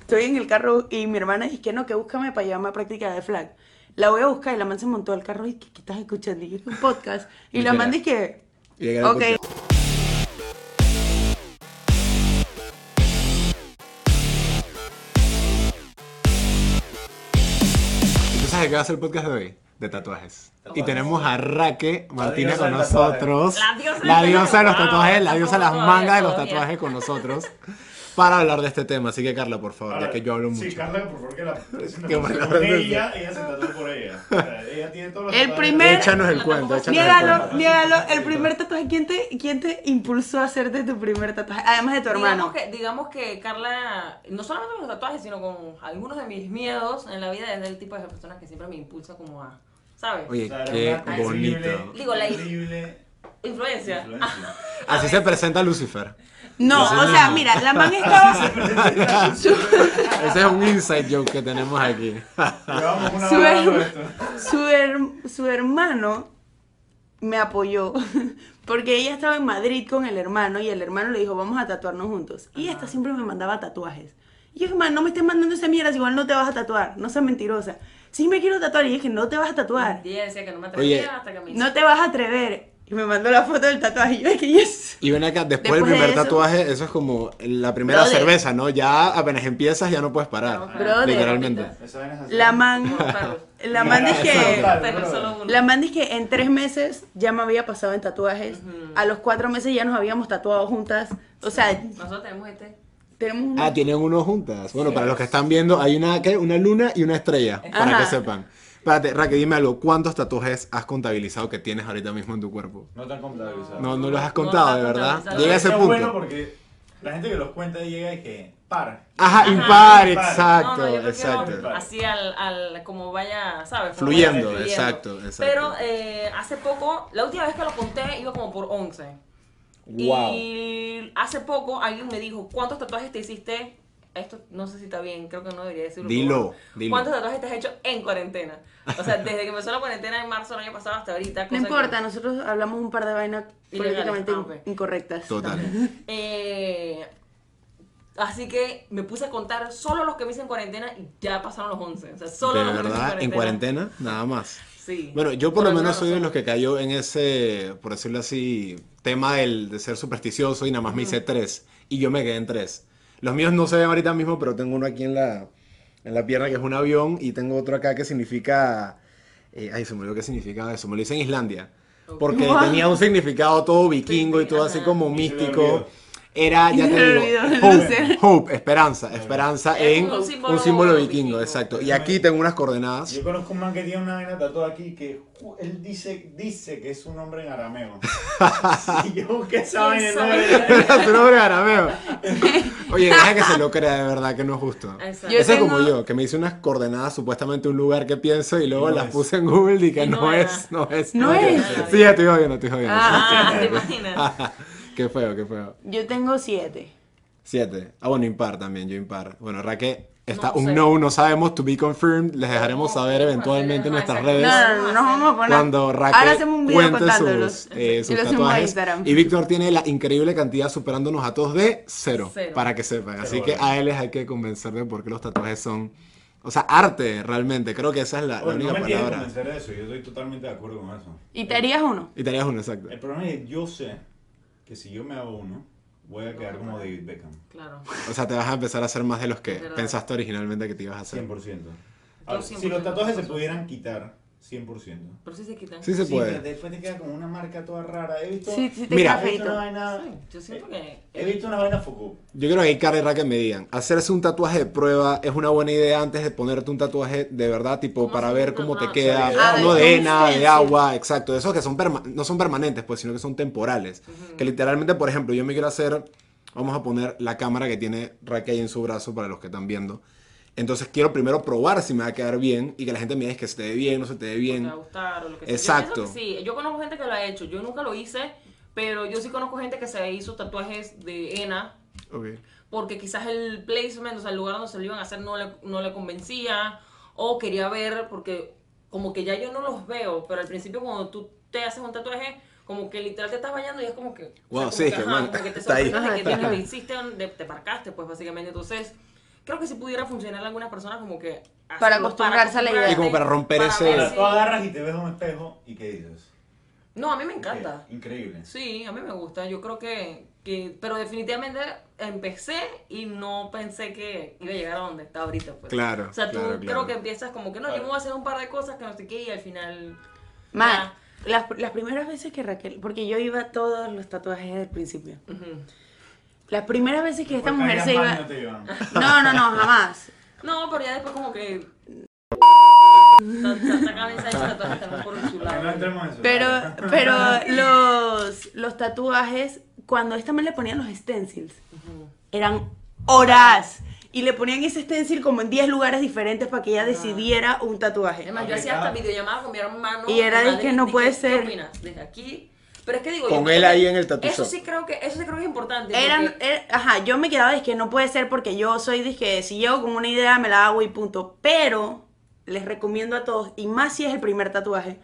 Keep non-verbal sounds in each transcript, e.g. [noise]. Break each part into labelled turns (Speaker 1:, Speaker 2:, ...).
Speaker 1: estoy en el carro y mi hermana dice que no, que búscame para llevarme a práctica de flag. La voy a buscar y la man se montó al carro y que, ¿qué estás escuchando? Y yo, un podcast. Y la
Speaker 2: Literal.
Speaker 1: man dice que,
Speaker 2: Llega
Speaker 1: ok,
Speaker 2: el Entonces, ¿de qué va a ser el podcast de hoy? De tatuajes. Y tenemos a Raque Martínez
Speaker 3: diosa
Speaker 2: con
Speaker 3: del tatuaje.
Speaker 2: nosotros.
Speaker 4: La diosa del
Speaker 2: La
Speaker 4: tatuaje.
Speaker 2: diosa de los tatuajes, la
Speaker 4: Wow,
Speaker 2: diosa de las
Speaker 4: todavía,
Speaker 2: mangas de los
Speaker 4: todavía.
Speaker 2: tatuajes con nosotros. Para hablar de este tema. Así que, Carla, por favor, ya que yo hablo mucho.
Speaker 3: Sí, Carla, por favor, que la es
Speaker 2: [laughs]
Speaker 3: una
Speaker 2: Que
Speaker 3: persona
Speaker 2: me la
Speaker 3: con
Speaker 2: presente.
Speaker 3: ella, ella se tatuó por ella. O sea, ella tiene todos los
Speaker 1: El
Speaker 3: tatuajes.
Speaker 1: primer-
Speaker 2: Échanos el cuento, échanos el
Speaker 1: niégalo,
Speaker 2: cuento.
Speaker 1: niégalo, el primer tatuaje, ¿quién te, ¿quién te impulsó a hacerte tu primer tatuaje? Además de tu hermano.
Speaker 4: Digamos que, digamos que Carla, no solamente con los tatuajes, sino con algunos de mis miedos en la vida, es del tipo de personas que siempre me impulsa como a, ¿sabes?
Speaker 2: Oye,
Speaker 3: O sea,
Speaker 2: qué
Speaker 3: era una
Speaker 2: bonito.
Speaker 3: posible,
Speaker 4: Digo, la-
Speaker 3: posible
Speaker 2: [laughs]
Speaker 4: Influencia.
Speaker 3: influencia.
Speaker 2: Así se presenta Lucifer.
Speaker 1: No,
Speaker 2: Ese
Speaker 1: o sea,
Speaker 2: mismo.
Speaker 1: mira, la man estaba...
Speaker 2: Ese es un inside joke que tenemos aquí.
Speaker 3: Llevamos una
Speaker 1: Su
Speaker 3: hora
Speaker 1: her-
Speaker 3: hablando de esto.
Speaker 1: su, her- su hermano me apoyó [laughs] porque ella estaba en Madrid con el hermano y el hermano le dijo, vamos a tatuarnos juntos. Y esta siempre me mandaba tatuajes. Y yo dije, man, no me estés mandando esa mierda, si igual no te vas a tatuar, no seas mentirosa. Sí me quiero tatuar y dije, no te vas a tatuar,
Speaker 4: Y ella decía que no me
Speaker 2: Oye.
Speaker 4: atrevía hasta que me hizo.
Speaker 1: no te vas a atrever. Y me mandó la foto del tatuaje y yo dije, yes.
Speaker 2: Y ven acá, después,
Speaker 1: Después
Speaker 2: del
Speaker 1: de
Speaker 2: primer
Speaker 1: eso-
Speaker 2: tatuaje, eso es como la primera
Speaker 1: Brother.
Speaker 2: cerveza, ¿no? Ya apenas empiezas, ya no puedes parar.
Speaker 4: No,
Speaker 1: brother.
Speaker 2: literalmente.
Speaker 3: Esa vaina es así.
Speaker 1: La man,
Speaker 4: Como los perros.
Speaker 1: la man dije que...
Speaker 4: Pero solo uno.
Speaker 1: La man dice que en tres meses ya me había pasado en tatuajes. A los cuatro meses ya nos habíamos tatuado juntas. O sea,
Speaker 4: Nosotros tenemos este.
Speaker 1: tenemos un-
Speaker 2: Ah, tienen uno juntas. Bueno, para los que están viendo, hay una, ¿qué? una luna y una estrella, para
Speaker 1: Ajá.
Speaker 2: que sepan. Espérate, Raquel, dime algo. ¿Cuántos tatuajes has contabilizado que tienes ahorita mismo en tu cuerpo?
Speaker 3: No tan contabilizado.
Speaker 2: No, no los has
Speaker 4: No
Speaker 2: contado,
Speaker 4: los
Speaker 2: de
Speaker 4: has
Speaker 2: verdad.
Speaker 4: contabilizado.
Speaker 2: Llega a ese
Speaker 3: Está bueno
Speaker 2: punto.
Speaker 3: porque la gente que los cuenta llega y que par.
Speaker 2: Ajá, impar,
Speaker 3: impar.
Speaker 2: exacto,
Speaker 4: No, no, yo prefiero
Speaker 2: exacto.
Speaker 4: Así al, al, como vaya, ¿sabes? Como
Speaker 2: Fluyendo,
Speaker 4: vaya
Speaker 2: exacto, exacto.
Speaker 4: Pero eh, hace poco, la última vez que lo conté iba como por 11.
Speaker 2: Wow.
Speaker 4: Y hace poco alguien me dijo, ¿cuántos tatuajes te hiciste? Esto no sé si está bien, creo que no debería decirlo. pero
Speaker 2: Dilo,
Speaker 4: bueno.
Speaker 2: dilo.
Speaker 4: ¿Cuántos tatuajes te has hecho en cuarentena? O sea, desde que empezó la cuarentena en marzo del año pasado hasta ahorita.
Speaker 1: no
Speaker 4: cosa
Speaker 1: importa,
Speaker 4: que-
Speaker 1: nosotros hablamos un par de vainas
Speaker 4: Ilegales,
Speaker 1: políticamente
Speaker 4: ah, ok.
Speaker 1: incorrectas.
Speaker 2: Total.
Speaker 4: [laughs] Eh, así que me puse a contar solo los que me hice en cuarentena y ya pasaron los 11. O sea, solo
Speaker 2: De
Speaker 4: los que me hice
Speaker 2: verdad, en cuarentena, nada más.
Speaker 4: Sí.
Speaker 2: Bueno, yo por lo
Speaker 4: alguna
Speaker 2: menos soy de
Speaker 4: razón.
Speaker 2: los que cayó en ese, por decirlo así, tema del, de ser supersticioso y nada más me hice tres. Y yo me quedé en tres. Los míos no se ven ahorita mismo, pero tengo uno aquí en la, en la pierna que es un avión y tengo otro acá que significa... eh, ay, se me olvidó qué significaba eso. Me lo hice en Islandia. Porque
Speaker 1: Wow.
Speaker 2: tenía un significado todo vikingo y
Speaker 4: Sí,
Speaker 2: todo
Speaker 4: ajá.
Speaker 2: así como
Speaker 3: Y se le
Speaker 2: místico.
Speaker 3: olvidó.
Speaker 2: Era, ya
Speaker 1: Y se
Speaker 2: te
Speaker 1: le olvidó,
Speaker 2: digo,
Speaker 1: no sé.
Speaker 2: hope, hope, esperanza, esperanza
Speaker 4: Es
Speaker 2: en
Speaker 4: como
Speaker 2: un
Speaker 4: un
Speaker 2: símbolo,
Speaker 4: símbolo
Speaker 2: vikingo,
Speaker 4: vikingo.
Speaker 2: exacto. Y aquí tengo unas coordenadas.
Speaker 3: Yo conozco un man que tiene una vaina tatuada aquí que ju- él dice, dice que es un hombre
Speaker 2: [laughs]
Speaker 3: en arameo. [laughs] y yo busqué esa vaina
Speaker 4: ¿Quién
Speaker 3: no
Speaker 4: sabe?
Speaker 3: era-
Speaker 2: Era tu nombre arameo.
Speaker 4: [laughs]
Speaker 2: Oye, deja que se lo crea de verdad, que no es justo.
Speaker 4: Exacto.
Speaker 2: Ese
Speaker 4: Yo
Speaker 2: es como
Speaker 1: tengo-
Speaker 2: yo, que me hice unas coordenadas, supuestamente un lugar que pienso, y luego
Speaker 3: Y no
Speaker 2: las
Speaker 3: es.
Speaker 2: puse en Google y que
Speaker 4: Y
Speaker 2: no,
Speaker 4: no
Speaker 2: es, no es.
Speaker 1: No es.
Speaker 2: Sí, ya estoy jodiendo, estoy jodiendo.
Speaker 4: Ah, te imaginas.
Speaker 2: [laughs] Qué feo, qué feo.
Speaker 1: Yo tengo siete.
Speaker 2: Siete. Ah, bueno, impar también, yo impar. Bueno, Raquel, está
Speaker 4: No
Speaker 2: un
Speaker 4: sé.
Speaker 2: no, no sabemos, to be confirmed. Les dejaremos saber eventualmente en
Speaker 4: Ajá,
Speaker 2: nuestras
Speaker 4: exacto.
Speaker 1: No, no, no,
Speaker 2: redes.
Speaker 1: nos vamos a poner.
Speaker 2: Cuando Raquel
Speaker 1: Ahora hacemos un video
Speaker 2: cuente
Speaker 1: contándolos.
Speaker 2: sus, eh, sus
Speaker 1: y lo hacemos a
Speaker 2: tatuajes.
Speaker 1: Instagram.
Speaker 2: Y Víctor tiene la increíble cantidad superándonos a todos de cero,
Speaker 4: Cero.
Speaker 2: para que sepan. Así
Speaker 3: Cero,
Speaker 2: que
Speaker 3: vale.
Speaker 2: a él les hay que convencer de por qué los tatuajes son, o sea, arte realmente. Creo que esa es Ah, la, la
Speaker 3: Oye,
Speaker 2: única
Speaker 3: no me tienes que
Speaker 2: palabra.
Speaker 3: convencer de eso, yo estoy totalmente de acuerdo con eso.
Speaker 1: ¿Y te harías uno?
Speaker 2: Y tenías uno, exacto.
Speaker 3: El problema es que yo sé que si yo me hago uno, voy a quedar como David Beckham.
Speaker 4: Claro.
Speaker 2: O sea, te vas a empezar a hacer más de los que
Speaker 4: Es verdad.
Speaker 2: pensaste originalmente que te ibas a hacer.
Speaker 3: 100%. Ahora,
Speaker 4: Yo 100%.
Speaker 3: si los tatuajes se pudieran quitar, 100%.
Speaker 4: Pero sí se quitan.
Speaker 2: Sí se
Speaker 3: Sí,
Speaker 2: puede.
Speaker 3: pero después te queda como una marca toda rara. He visto,
Speaker 1: Sí, sí, te
Speaker 2: Mira.
Speaker 1: queda
Speaker 3: he visto una
Speaker 1: feito.
Speaker 3: vaina.
Speaker 4: Sí, yo siento que-
Speaker 3: He visto una vaina Foucault.
Speaker 2: Yo creo que hay Carla y Raquel me digan, hacerse un tatuaje de prueba es una buena idea antes de ponerte un tatuaje de verdad, tipo
Speaker 4: ¿Cómo
Speaker 2: para
Speaker 4: se
Speaker 2: ver
Speaker 4: llama?
Speaker 2: cómo te
Speaker 4: Ah,
Speaker 2: queda,
Speaker 3: sí,
Speaker 1: de
Speaker 2: no de arena, de
Speaker 1: consistencia.
Speaker 2: agua, exacto, de esos que son perma- no son permanentes, pues, sino que son temporales, que literalmente, por ejemplo, yo me quiero hacer, vamos a poner la cámara que tiene Raquel ahí en su brazo para los que están viendo, entonces quiero primero probar si me va a quedar bien y que la gente me diga "Es que se te ve bien, no se te ve
Speaker 4: te
Speaker 2: bien,
Speaker 4: va a gustar o lo que sea.
Speaker 2: Exacto.
Speaker 4: Yo pienso que sí, yo conozco gente que lo ha hecho. Yo nunca lo hice, pero yo sí conozco gente que se hizo tatuajes de henna
Speaker 2: Ok.
Speaker 4: porque quizás el placement, o sea, el lugar donde se lo iban a hacer no le, no le convencía o quería ver porque como que ya yo no los veo, pero al principio cuando tú te haces un tatuaje como que literal te estás bañando y es como que
Speaker 2: Wow,
Speaker 4: o sea, como
Speaker 2: sí,
Speaker 4: que,
Speaker 2: es que,
Speaker 4: ajá,
Speaker 2: bueno,
Speaker 4: como que te
Speaker 1: [laughs]
Speaker 2: está ahí.
Speaker 4: sorprende
Speaker 1: Ajá,
Speaker 4: que
Speaker 1: está
Speaker 4: tienes lo
Speaker 1: ahí.
Speaker 4: hiciste, donde te marcaste pues básicamente entonces creo que sí pudiera funcionar a algunas personas como que... hacerlo
Speaker 1: Para acostumbrarse a la idea.
Speaker 2: Y como para romper ese-
Speaker 4: ver
Speaker 2: Ahora,
Speaker 4: si-
Speaker 3: tú agarras y te ves en un espejo y qué dices.
Speaker 4: No, a mí me encanta.
Speaker 3: Eh, Increíble.
Speaker 4: Sí, a mí me gusta. Yo creo que, que- Pero definitivamente empecé y no pensé que iba a llegar a donde está ahorita. Pues.
Speaker 2: Claro,
Speaker 4: O sea, tú
Speaker 2: claro, claro.
Speaker 4: creo que empiezas como que no, yo
Speaker 3: Claro.
Speaker 4: me voy a hacer un par de cosas que no sé qué y al final.
Speaker 1: Más, las, las primeras veces que Raquel, porque yo iba a todos los tatuajes del principio.
Speaker 4: Ujú.
Speaker 1: Las primeras veces que esta
Speaker 3: Porque
Speaker 1: mujer
Speaker 3: ahí
Speaker 1: se
Speaker 3: las
Speaker 1: iba...
Speaker 3: manos
Speaker 1: [laughs]
Speaker 3: te llevan.
Speaker 1: No, no, no, jamás.
Speaker 4: No, pero ya después como que. Tanta cabeza hecha tatuaje también por su
Speaker 3: Que no
Speaker 4: lado.
Speaker 3: entremos en eso.
Speaker 1: Pero, pero los, los tatuajes, cuando a esta me le ponían los stencils, eran horas. Y le ponían ese stencil como en 10 lugares diferentes para que ella decidiera un tatuaje.
Speaker 4: Además, yo hacía hasta videollamadas con mi hermano.
Speaker 1: Y era
Speaker 4: en
Speaker 1: de
Speaker 4: Madrid,
Speaker 1: que no
Speaker 4: de
Speaker 1: puede
Speaker 4: ¿qué
Speaker 1: ser.
Speaker 4: opinas? Desde aquí. Pero es que digo.
Speaker 2: Con
Speaker 4: yo-
Speaker 2: él ahí en el tatu
Speaker 4: Eso
Speaker 2: shop.
Speaker 4: sí creo que, eso sí creo que es importante.
Speaker 1: Eran,
Speaker 4: porque-
Speaker 1: er- ajá, yo me quedaba, es que no puede ser porque yo soy, dije, si llego con una idea me la hago y punto. Pero les recomiendo a todos, y más si es el primer tatuaje,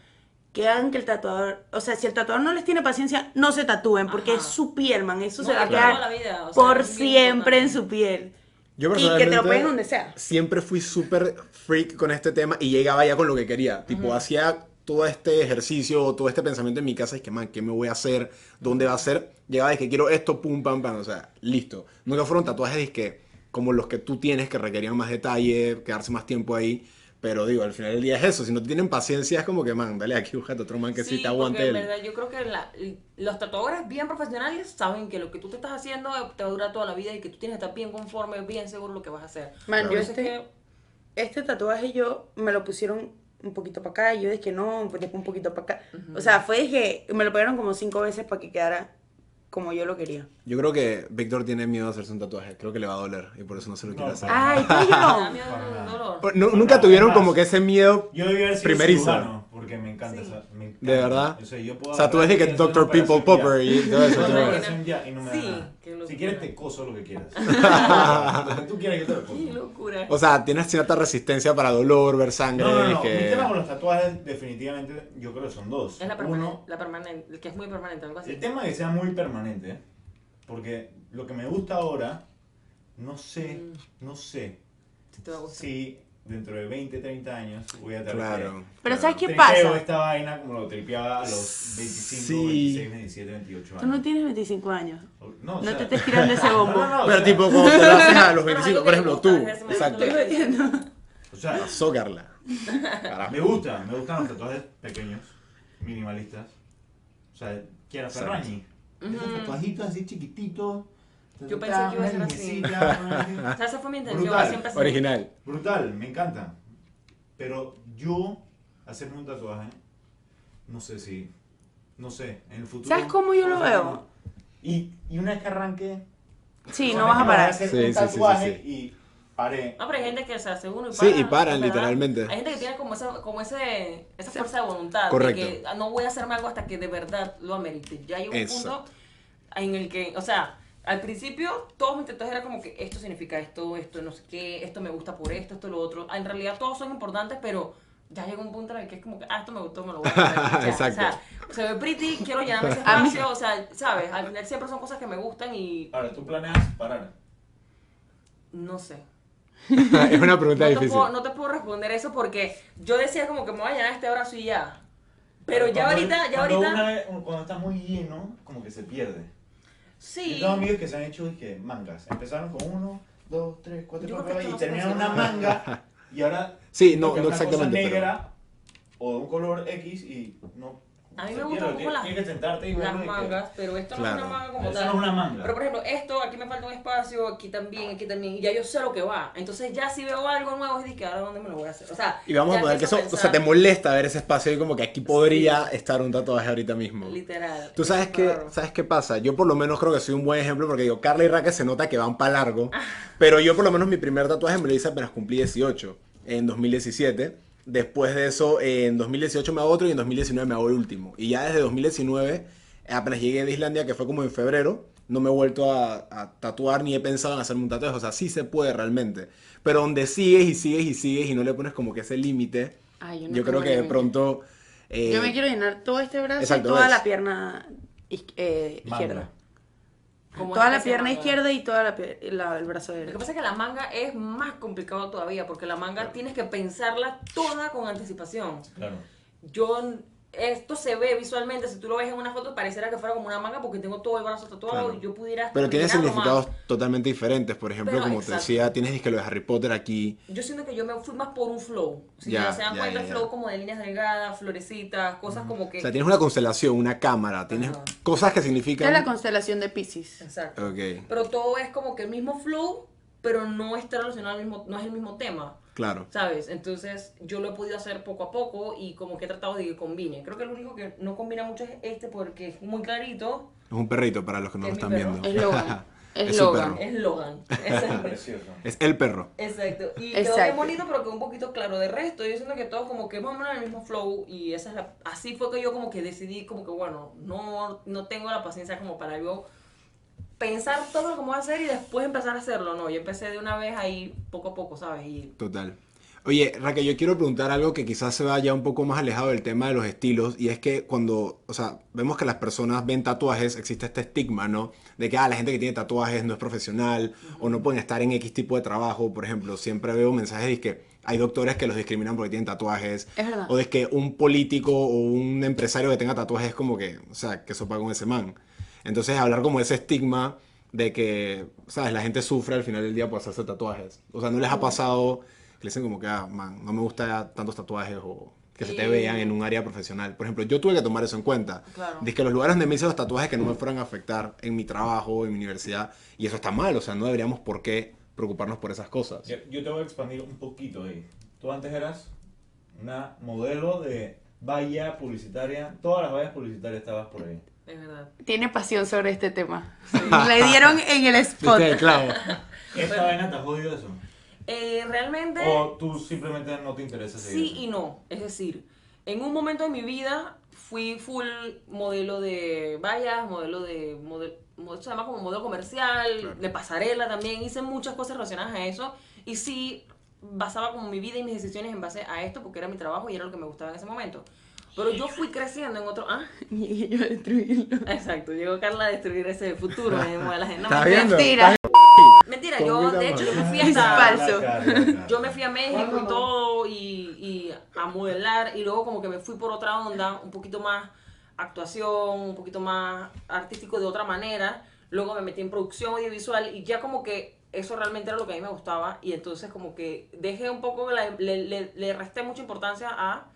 Speaker 1: que hagan que el tatuador, o sea, si el tatuador no les tiene paciencia, no se tatúen porque
Speaker 4: Ajá.
Speaker 1: es su piel, man, eso
Speaker 4: No,
Speaker 1: se va a
Speaker 4: claro.
Speaker 1: quedar
Speaker 4: toda la vida, o sea,
Speaker 1: por
Speaker 4: es bien
Speaker 1: siempre en
Speaker 4: importante.
Speaker 1: su piel.
Speaker 2: Yo
Speaker 1: y que te lo
Speaker 2: personalmente
Speaker 1: peguen donde sea.
Speaker 2: Siempre fui súper freak con este tema y llegaba ya con lo que quería. Tipo, hacía todo este ejercicio, o todo este pensamiento en mi casa, es que, man, ¿qué me voy a hacer? ¿Dónde va a ser? Llegaba y que quiero esto, pum, pam, pam. O sea, listo. Nunca fueron tatuajes que como los que tú tienes, que requerían más detalle, quedarse más tiempo ahí. Pero digo, al final del día es eso. Si no te tienen paciencia, es como que, man, dale aquí, búscate otro man que sí, te
Speaker 4: porque
Speaker 2: aguante
Speaker 4: en
Speaker 2: el...
Speaker 4: verdad yo creo que la- los tatuadores bien profesionales saben que lo que tú te estás haciendo eh, te va a durar toda la vida y que tú tienes que estar bien conforme, bien seguro lo que vas a hacer.
Speaker 1: Man,
Speaker 4: Por
Speaker 1: yo
Speaker 4: eso es
Speaker 1: este-
Speaker 4: que-
Speaker 1: este tatuaje yo me lo pusieron un poquito para acá, y yo dije no, después un poquito para acá. O sea, fue dije, me lo pegaron como cinco veces para que quedara como yo lo quería.
Speaker 2: Yo creo que Víctor tiene miedo de hacerse un tatuaje. Creo que le va a doler y por eso no se lo
Speaker 3: No,
Speaker 2: quiere
Speaker 3: para
Speaker 2: hacer.
Speaker 1: Ay,
Speaker 4: me da [laughs]
Speaker 1: coño.
Speaker 4: miedo el dolor.
Speaker 2: Pero nu- nunca tuvieron como que ese miedo
Speaker 3: Yo debí haber sido
Speaker 2: Primeriza.
Speaker 3: cirujano, porque me encanta esa. me encanta.
Speaker 2: ¿De verdad?
Speaker 3: O sea, yo puedo
Speaker 2: O sea, tú ves que
Speaker 3: agarrar y hacer
Speaker 2: Dr.
Speaker 3: una
Speaker 2: People
Speaker 3: operación
Speaker 2: Popper
Speaker 3: ya.
Speaker 2: y todo eso,
Speaker 3: [laughs] Una
Speaker 4: ¿no?
Speaker 3: operación ya y no me da
Speaker 4: Sí,
Speaker 3: nada.
Speaker 4: qué locura.
Speaker 3: Si quieres te coso lo que
Speaker 2: [laughs]
Speaker 3: quieras. lo que tú quieras yo te lo coso.
Speaker 4: Qué locura.
Speaker 2: O sea, tienes cierta resistencia para dolor, ver sangre.
Speaker 3: No, no, no.
Speaker 2: que-
Speaker 3: Mi tema con los tatuajes definitivamente yo creo que son dos.
Speaker 4: es la
Speaker 3: Uno,
Speaker 4: permanente, la permanente, el que es muy permanente, algo así.
Speaker 1: Eh,
Speaker 3: el tema de que sea muy permanente, ¿eh? porque lo que me gusta ahora, no sé,
Speaker 4: Mm.
Speaker 3: no sé
Speaker 4: Si te va a gustar.
Speaker 3: si dentro de 20, 30 años voy a tener
Speaker 2: Claro.
Speaker 1: Pero
Speaker 2: claro.
Speaker 1: ¿sabes qué
Speaker 3: Tripeo
Speaker 1: pasa?
Speaker 3: esta vaina como lo tripeaba a los 25,
Speaker 2: Sí.
Speaker 3: 26, 27, 28 años.
Speaker 1: Tú no tienes 25 años.
Speaker 3: No, o
Speaker 1: No
Speaker 3: sea-
Speaker 1: te estés tirando ese bombo.
Speaker 3: [laughs] No, no, no, o
Speaker 2: Pero
Speaker 3: sea,
Speaker 2: tipo, cuando te lo haces a los
Speaker 4: Pero es
Speaker 2: 25,
Speaker 4: algo
Speaker 2: por
Speaker 4: que
Speaker 2: ejemplo,
Speaker 4: le
Speaker 2: tú.
Speaker 4: gusta, es muy
Speaker 2: Exacto.
Speaker 4: bueno.
Speaker 3: O sea,
Speaker 2: Zócarla.
Speaker 3: me
Speaker 2: Carajo.
Speaker 3: gusta, me gustan los tatuajes pequeños, minimalistas. O sea, Kiara Ferragni. Esos tatuajitos así chiquititos.
Speaker 4: Yo pensé que iba a ser así.
Speaker 1: [laughs]
Speaker 4: O sea, esa fue mi intención,
Speaker 3: Brutal.
Speaker 4: siempre así.
Speaker 2: Original. [laughs]
Speaker 3: Brutal, me encanta. Pero yo hacerme un tatuaje, no sé si, no sé, en el futuro.
Speaker 1: ¿Sabes cómo yo lo
Speaker 3: no sé
Speaker 1: veo?
Speaker 3: cómo. Y, y una vez que arranque,
Speaker 1: Sí,
Speaker 3: o sea,
Speaker 1: no vas
Speaker 3: me
Speaker 1: a
Speaker 3: voy
Speaker 1: parar.
Speaker 3: hacer
Speaker 2: Sí,
Speaker 3: un
Speaker 2: sí, sí, sí,
Speaker 3: tatuaje
Speaker 2: sí.
Speaker 3: y paré.
Speaker 4: No, pero hay gente que se hace uno y
Speaker 2: Sí,
Speaker 4: para.
Speaker 2: y paran,
Speaker 4: ¿verdad?
Speaker 2: literalmente.
Speaker 4: Hay gente que tiene como esa, como ese, esa fuerza de voluntad. de
Speaker 2: Correcto.
Speaker 4: que ah, no voy a hacerme algo hasta que de verdad lo amerite. Ya hay un
Speaker 2: Exacto.
Speaker 4: punto en el que, o sea, al principio todos mis tatuajes eran como que esto significa esto, esto no sé qué, esto me gusta por esto, esto lo otro. Ah, En realidad todos son importantes, pero ya llega un punto en el que es como que, ah, esto me gustó, me lo voy
Speaker 2: [laughs]
Speaker 4: a hacer. ya.
Speaker 2: Exacto.
Speaker 4: O sea, se ve pretty, quiero llenarme ese espacio, o sea, sabes, al final siempre son cosas que me gustan y
Speaker 3: Ahora, tú planeas parar.
Speaker 4: no sé.
Speaker 2: es una pregunta
Speaker 4: no, te
Speaker 2: difícil.
Speaker 4: puedo, no te puedo responder eso porque yo decía como que me voy a llenar este brazo y ya. Pero ya
Speaker 3: Cuando-
Speaker 4: ahorita, ya
Speaker 3: cuando
Speaker 4: ahorita.
Speaker 3: una vez- cuando estás muy lleno, como que se pierde. Yo
Speaker 4: Sí.
Speaker 3: tengo amigos que se han hecho es que, mangas. Empezaron con uno, dos, tres, cuatro,
Speaker 4: Yo creo
Speaker 3: cuatro,
Speaker 4: que
Speaker 3: y
Speaker 4: esto no
Speaker 3: terminaron una
Speaker 4: funciona.
Speaker 3: [laughs] manga. Y ahora.
Speaker 2: Sí, no,
Speaker 3: porque
Speaker 2: no
Speaker 3: una cosa
Speaker 2: exactamente, pero-
Speaker 3: negra o de un color X y no.
Speaker 4: A mí
Speaker 3: se
Speaker 4: me
Speaker 3: pierde,
Speaker 4: gusta un poco
Speaker 3: tienes-
Speaker 4: las,
Speaker 3: Tienes que sentarte y
Speaker 4: las
Speaker 3: verlo y que-
Speaker 4: mangas, pero esto no es
Speaker 2: Claro.
Speaker 4: una manga como
Speaker 3: Eso
Speaker 4: tal.
Speaker 3: no es una manga.
Speaker 4: Pero por ejemplo, esto, aquí me falta un espacio, aquí también, aquí también, y ya yo sé lo que va. Entonces ya si veo algo nuevo, es de que ahora dónde me lo voy a hacer. O sea,
Speaker 2: Y vamos
Speaker 4: ya
Speaker 2: a poner que eso,
Speaker 4: empiezo
Speaker 2: o sea, te
Speaker 4: pensar,
Speaker 2: molesta ver ese espacio y como que aquí podría estar un tatuaje ahorita mismo.
Speaker 4: Literal.
Speaker 2: Tú sabes
Speaker 4: es
Speaker 2: qué,
Speaker 4: raro.
Speaker 2: sabes qué pasa. Yo por lo menos creo que soy un buen ejemplo porque digo, Carla y Raquel se nota que van para largo. Pero yo por lo menos mi primer tatuaje me lo hice apenas cumplí 18, en 2017. Después de eso, eh, en 2018 me hago otro y en 2019 me hago el último. Y ya desde 2019, apenas llegué de Islandia, que fue como en febrero, no me he vuelto a, a tatuar ni he pensado en hacerme un tatuaje. O sea, sí se puede realmente. Pero donde sigues y sigues y sigues y no le pones como que ese límite,
Speaker 1: Ay, yo
Speaker 2: yo,
Speaker 1: no
Speaker 2: creo
Speaker 1: tengo
Speaker 2: que de
Speaker 1: límite.
Speaker 2: pronto... eh,
Speaker 1: Yo me quiero llenar todo este brazo
Speaker 2: exacto,
Speaker 1: y toda
Speaker 2: ¿ves?
Speaker 1: la pierna is- eh,
Speaker 3: Manga.
Speaker 1: izquierda.
Speaker 4: como
Speaker 1: Toda
Speaker 4: es
Speaker 1: la
Speaker 4: que se
Speaker 1: pierna
Speaker 4: llama.
Speaker 1: izquierda y toda la, pier- la- el brazo
Speaker 4: Lo que
Speaker 1: derecho.
Speaker 4: pasa es que la manga es más complicado todavía, porque la manga tienes que pensarla toda con anticipación.
Speaker 3: Claro.
Speaker 4: Yo, esto se ve visualmente, si tú lo ves en una foto, pareciera que fuera como una manga porque tengo todo el brazo tatuado
Speaker 2: Claro.
Speaker 4: y yo pudiera...
Speaker 2: Pero tiene
Speaker 4: combinarlo más.
Speaker 2: significados totalmente diferentes. Por ejemplo,
Speaker 4: Pero,
Speaker 2: como te
Speaker 4: exacto.
Speaker 2: decía, tienes disque lo de Harry Potter aquí.
Speaker 4: Yo siento que yo me fui más por un flow. Si
Speaker 2: Ya,
Speaker 4: se dan
Speaker 2: ya,
Speaker 4: cuenta,
Speaker 2: ya, ya.
Speaker 4: flow como de líneas delgadas, florecitas, cosas como que...
Speaker 2: O sea, tienes una constelación, una cámara, tienes
Speaker 4: Ajá.
Speaker 2: cosas que
Speaker 1: Esta es la
Speaker 2: significan.
Speaker 1: constelación de Pisces.
Speaker 4: Exacto.
Speaker 2: Ok,
Speaker 4: Pero todo es como que el mismo flow, pero no está relacionado al mismo, no es el mismo tema.
Speaker 2: claro.
Speaker 4: ¿Sabes? Entonces yo lo he podido hacer poco a poco y como que he tratado de que combine. Creo que lo único que no combina mucho es este porque es muy clarito,
Speaker 2: Es un perrito para los que no
Speaker 4: Es
Speaker 2: lo
Speaker 4: mi
Speaker 2: están
Speaker 4: perro.
Speaker 2: viendo.
Speaker 1: Es Logan. Es
Speaker 2: Es su
Speaker 1: Logan.
Speaker 2: perro.
Speaker 4: es Logan. [laughs] Exacto.
Speaker 3: Precioso.
Speaker 2: [laughs] Es el perro.
Speaker 4: Exacto. Y quedó
Speaker 1: Exacto.
Speaker 4: bien bonito pero quedó un poquito claro de resto. Yo siento que todo como que más o menos el mismo flow y esa es la- así fue que yo como que decidí como que bueno, no, no tengo la paciencia como para yo pensar todo lo que voy a hacer y después empezar a hacerlo. No, yo empecé de una vez ahí poco a poco, ¿sabes? Y
Speaker 2: Total. Oye, Raquel, yo quiero preguntar algo que quizás se vaya un poco más alejado del tema de los estilos, y es que cuando, o sea, vemos que las personas ven tatuajes, existe este estigma, ¿no? De que, ah, la gente que tiene tatuajes no es profesional, o no pueden estar en X tipo de trabajo, por ejemplo, siempre veo mensajes de que hay doctores que los discriminan porque tienen tatuajes,
Speaker 1: Es verdad.
Speaker 2: o de que un político o un empresario que tenga tatuajes es como que, o sea, que sopa con ese man. Entonces, hablar como de ese estigma de que, ¿sabes? La gente sufre al final del día por hacerse tatuajes. O sea, ¿no les ha pasado que le dicen como que, ah, man, no me gusta tantos tatuajes o que se te
Speaker 4: Sí.
Speaker 2: vean en un área profesional? Por ejemplo, yo tuve que tomar eso en cuenta.
Speaker 4: Claro.
Speaker 2: Dice que los lugares donde me hice los tatuajes que no me fueran a afectar en mi trabajo, en mi universidad, y eso está mal, o sea, no deberíamos por qué preocuparnos por esas cosas.
Speaker 3: Yo, yo te voy a expandir un poquito ahí. Tú antes eras una modelo de valla publicitaria. Todas las vallas publicitarias estabas por ahí.
Speaker 4: es verdad.
Speaker 1: Tiene pasión sobre este tema. [laughs] Le dieron en el spot.
Speaker 2: Viste,
Speaker 4: [laughs]
Speaker 2: claro.
Speaker 3: ¿Esta vaina te ha jodido eso?
Speaker 4: Eh, realmente...
Speaker 3: ¿O tú simplemente no te interesa seguir?
Speaker 4: Sí y no. Es decir, en un momento de mi vida fui full modelo de vallas, modelo de. Model, modelo, se llama como modelo comercial, de pasarela también. Hice muchas cosas relacionadas a eso. Y sí, basaba como mi vida y mis decisiones en base a esto porque era mi trabajo y era lo que me gustaba en ese momento. Pero yo fui creciendo en otro. Ah,
Speaker 1: [laughs]
Speaker 4: [laughs]
Speaker 1: Y yo destruirlo.
Speaker 4: exacto. Llegó Carla a destruir ese futuro. Me mueve la gente. No,
Speaker 2: ¿Estás
Speaker 4: mentira.
Speaker 1: Mentira.
Speaker 2: viendo?
Speaker 4: Mentira, yo de hecho yo me fui
Speaker 1: Es
Speaker 4: hasta.
Speaker 1: falso.
Speaker 4: [laughs] Yo me fui a México y todo y, y a modelar y luego como que me fui por otra onda, un poquito más actuación, un poquito más artístico de otra manera. Luego me metí en producción audiovisual y ya como que eso realmente era lo que a mí me gustaba y entonces como que dejé un poco, la- le, le- le resté mucha importancia a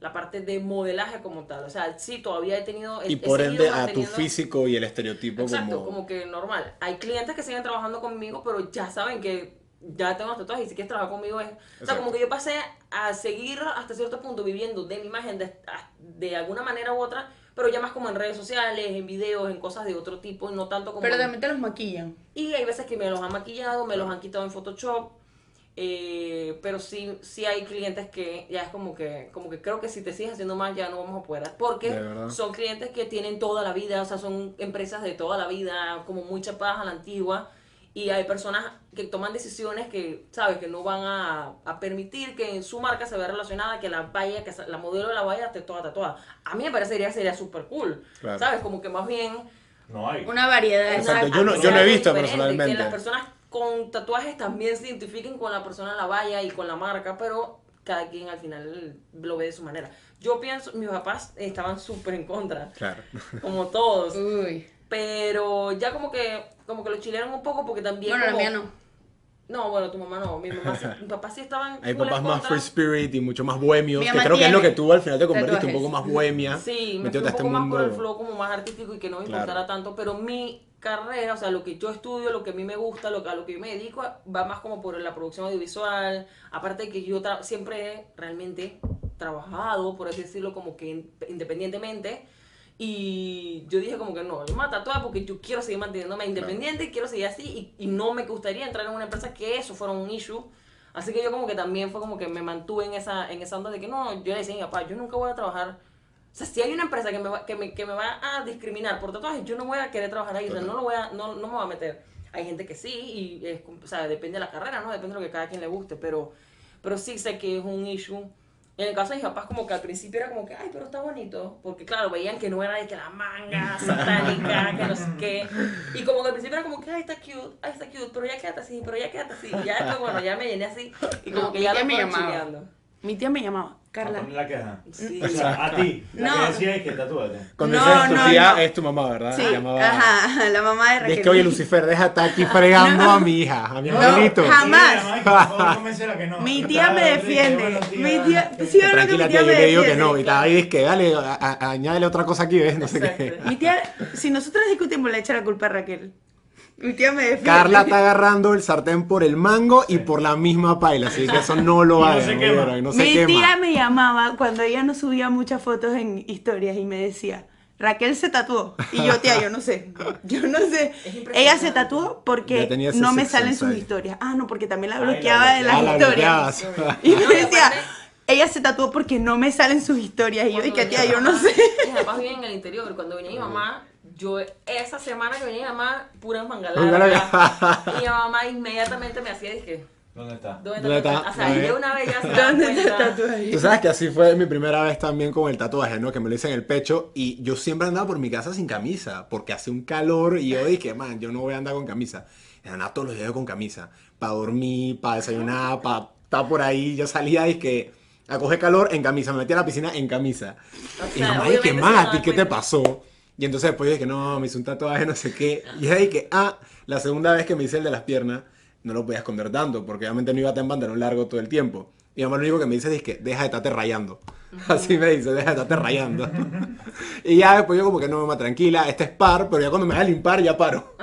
Speaker 4: la parte de modelaje como tal. O sea, sí, todavía he tenido... he-
Speaker 2: Y
Speaker 4: he
Speaker 2: por
Speaker 4: seguido
Speaker 2: ende a tu
Speaker 4: manteniendo-
Speaker 2: físico y el estereotipo
Speaker 4: Exacto, como...
Speaker 2: como...
Speaker 4: que normal. Hay clientes que siguen trabajando conmigo, pero ya saben que ya tengo los tatuajes y si quieres trabajar conmigo es... O sea,
Speaker 2: Exacto.
Speaker 4: como que yo pasé a seguir hasta cierto punto viviendo de mi imagen de, de alguna manera u otra, pero ya más como en redes sociales, en videos, en cosas de otro tipo, no tanto como...
Speaker 1: Pero
Speaker 4: en-
Speaker 1: también te los maquillan.
Speaker 4: y hay veces que me los han maquillado, me los han quitado en Photoshop. eh, pero sí, sí hay clientes que ya es como que, como que creo que si te sigues haciendo más ya no vamos a poder. Porque
Speaker 2: De verdad.
Speaker 4: son clientes que tienen toda la vida, o sea, son empresas de toda la vida, como muy chapadas a la antigua. Y hay personas que toman decisiones que, sabes, que no van a, a permitir que en su marca se vea relacionada, que la valla, que la modelo de la valla esté toda tatuada. A mí me parecería sería súper cool.
Speaker 2: Claro.
Speaker 4: ¿Sabes? Como que más bien
Speaker 3: No hay.
Speaker 1: Una variedad.
Speaker 2: Exacto,
Speaker 4: una-
Speaker 2: yo no- yo no he
Speaker 4: algo
Speaker 2: visto
Speaker 4: diferente,
Speaker 2: personalmente.
Speaker 4: Que las personas con tatuajes también se identifiquen con la persona en la valla y con la marca, pero cada quien al final lo ve de su manera. Yo pienso, mis papás estaban súper en contra,
Speaker 2: Claro.
Speaker 4: [laughs] como todos,
Speaker 1: Uy.
Speaker 4: pero ya como que como que lo chilearon un poco porque también
Speaker 1: Bueno, la
Speaker 4: como-
Speaker 1: mía no.
Speaker 4: No, bueno, tu mamá no, mi mamá sí- mi papá sí estaban
Speaker 2: Hay
Speaker 4: full en
Speaker 2: papás más
Speaker 4: contra.
Speaker 2: free spirit y mucho más bohemios,
Speaker 1: Mi
Speaker 2: que
Speaker 1: mamá
Speaker 2: creo que es lo que
Speaker 1: tiene
Speaker 2: tú al final te convertiste un
Speaker 1: tatuajes.
Speaker 2: poco más bohemia.
Speaker 4: Sí, me fui un
Speaker 2: metiéndote a
Speaker 4: poco
Speaker 2: este
Speaker 4: más por el
Speaker 2: mundo.
Speaker 4: flow como más artístico y que no me
Speaker 2: Claro.
Speaker 4: importara tanto, pero mi carrera, o sea, lo que yo estudio, lo que a mí me gusta, lo que, a lo que yo me dedico, va más como por la producción audiovisual, aparte de que yo tra- siempre he realmente trabajado, por así decirlo, como que in- independientemente, y yo dije como que no, yo me voy a tatuar porque yo quiero seguir manteniéndome independiente, quiero seguir así, y, y no me gustaría entrar en una empresa que eso fuera un issue, Así que yo como que también fue como que me mantuve en esa, en esa onda de que no, yo le decía a mi papá, yo nunca voy a trabajar. O sea, si hay una empresa que me va, que me, que me va a discriminar por tatuajes, yo no voy a querer trabajar ahí, o sea, no, lo voy a, no, no me voy a meter. Hay gente que sí, y es, com- o sea, depende de la carrera, ¿no? Depende de lo que cada quien le guste, pero, pero sí sé que es un issue En el caso de mis papás, como que al principio era como que, ay, pero está bonito. Porque, claro, veían que no era de que
Speaker 1: [laughs]
Speaker 4: la manga satánica, que no sé qué. Y como que al principio era como que, ay, está cute, ay, está cute, pero ya quédate así, pero ya quédate así. Y ya después, bueno, ya me llené así. Y como
Speaker 1: No,
Speaker 4: que
Speaker 1: mi
Speaker 4: ya
Speaker 1: tía
Speaker 4: lo
Speaker 1: me
Speaker 4: estaba
Speaker 1: llamaba.
Speaker 4: chileando.
Speaker 1: Mi tía me llamaba,
Speaker 3: A
Speaker 1: Carla.
Speaker 3: poner la queja.
Speaker 4: Sí.
Speaker 3: O sea, a ti. La
Speaker 1: No.
Speaker 3: que decía es que tatúate.
Speaker 2: Cuando
Speaker 1: No,
Speaker 2: dices tu
Speaker 1: no,
Speaker 2: tía,
Speaker 1: no.
Speaker 2: es tu mamá, ¿verdad?
Speaker 1: Sí,
Speaker 2: La llamaba-
Speaker 1: ajá, ajá, la mamá de
Speaker 2: Y
Speaker 1: Raquel.
Speaker 2: es que, oye, Lucifer, deja estar aquí fregando a mi hija, a mi
Speaker 1: No,
Speaker 2: angelito.
Speaker 1: jamás. Mi
Speaker 3: Mi
Speaker 1: tía me defiende. Mi tía, sí, yo creo que mi
Speaker 2: Tranquila, tía,
Speaker 1: tía
Speaker 2: yo
Speaker 1: me
Speaker 2: le digo que
Speaker 1: defiende.
Speaker 2: no. Y tal, ahí dice que dale, a- a- añádele otra cosa aquí, ¿ves? No sé qué.
Speaker 4: Exacto.
Speaker 1: Mi tía, si nosotros discutimos, le echa la culpa a Raquel. Mi tía me defiende.
Speaker 2: [laughs] Carla está agarrando el sartén por el mango y por la misma paila, así que eso no lo
Speaker 3: No
Speaker 2: hagan.
Speaker 3: se
Speaker 2: No,
Speaker 3: quema.
Speaker 2: Vieron, no se
Speaker 1: Mi tía
Speaker 2: quema.
Speaker 1: me llamaba cuando ella no subía muchas fotos en historias y me decía, Raquel se tatuó. Y yo, tía, yo no sé. Yo no sé.
Speaker 4: Es impresionante.
Speaker 1: Ella se tatuó
Speaker 2: Ya tenía
Speaker 1: porque
Speaker 2: ese
Speaker 1: no me
Speaker 2: sexo
Speaker 1: salen sus
Speaker 2: inside.
Speaker 1: historias. Ah, no, porque también la
Speaker 3: Ay, la
Speaker 1: bloqueaba de las
Speaker 2: Ah, la
Speaker 1: historias.
Speaker 2: bloqueabas.
Speaker 1: Y [laughs] me
Speaker 4: No, y
Speaker 1: decía,
Speaker 4: aparte-
Speaker 1: ella se tatuó porque no me salen sus historias. Y yo, y
Speaker 4: Cuando
Speaker 1: que
Speaker 4: venía
Speaker 1: tía,
Speaker 4: mi
Speaker 1: yo no
Speaker 4: mamá,
Speaker 1: sé.
Speaker 4: Mis papás viven en el interior. Cuando venía mi mamá, yo esa semana que venía mi mamá, pura
Speaker 2: Manga
Speaker 4: mangalada.
Speaker 2: larga.
Speaker 4: Y mi mamá inmediatamente me hacía, dije,
Speaker 3: ¿Dónde está?
Speaker 4: ¿dónde
Speaker 2: ¿Dónde
Speaker 4: está? tu
Speaker 2: está?
Speaker 4: tatu-?" O sea,
Speaker 2: A
Speaker 4: y de
Speaker 2: ver.
Speaker 4: una vez
Speaker 1: [laughs]
Speaker 4: ya se daban
Speaker 1: ¿Dónde está el
Speaker 4: cuenta.
Speaker 1: tatuaje?
Speaker 2: Tú sabes que así fue mi primera vez también con el tatuaje, ¿no? Que me lo hice en el pecho y yo siempre andaba por mi casa sin camisa porque hace un calor y yo dije, man, yo no voy a andar con camisa. Y andaba todos los días con camisa, para dormir, para desayunar, para estar por ahí. Yo salía y que a coger calor en camisa, me metía a la piscina en camisa.
Speaker 4: O
Speaker 2: Y
Speaker 4: sea,
Speaker 2: mamá, y
Speaker 4: obviamente
Speaker 2: que
Speaker 4: se
Speaker 2: más, ¿a ti
Speaker 4: daban
Speaker 2: qué te
Speaker 4: cuenta.
Speaker 2: pasó? Y entonces después yo dije, no, me hice un tatuaje, no sé qué. Y ella dije, ah, la segunda vez que me hice el de las piernas, no lo podía esconder tanto, porque obviamente no iba tan pantalón largo todo el tiempo. Y mamá lo único que me dice es que deja de estarte rayando. Así me dice, deja de estarte rayando. [laughs] y ya después yo como que no, mamá, tranquila, este es par, pero ya cuando me haga el impar ya paro.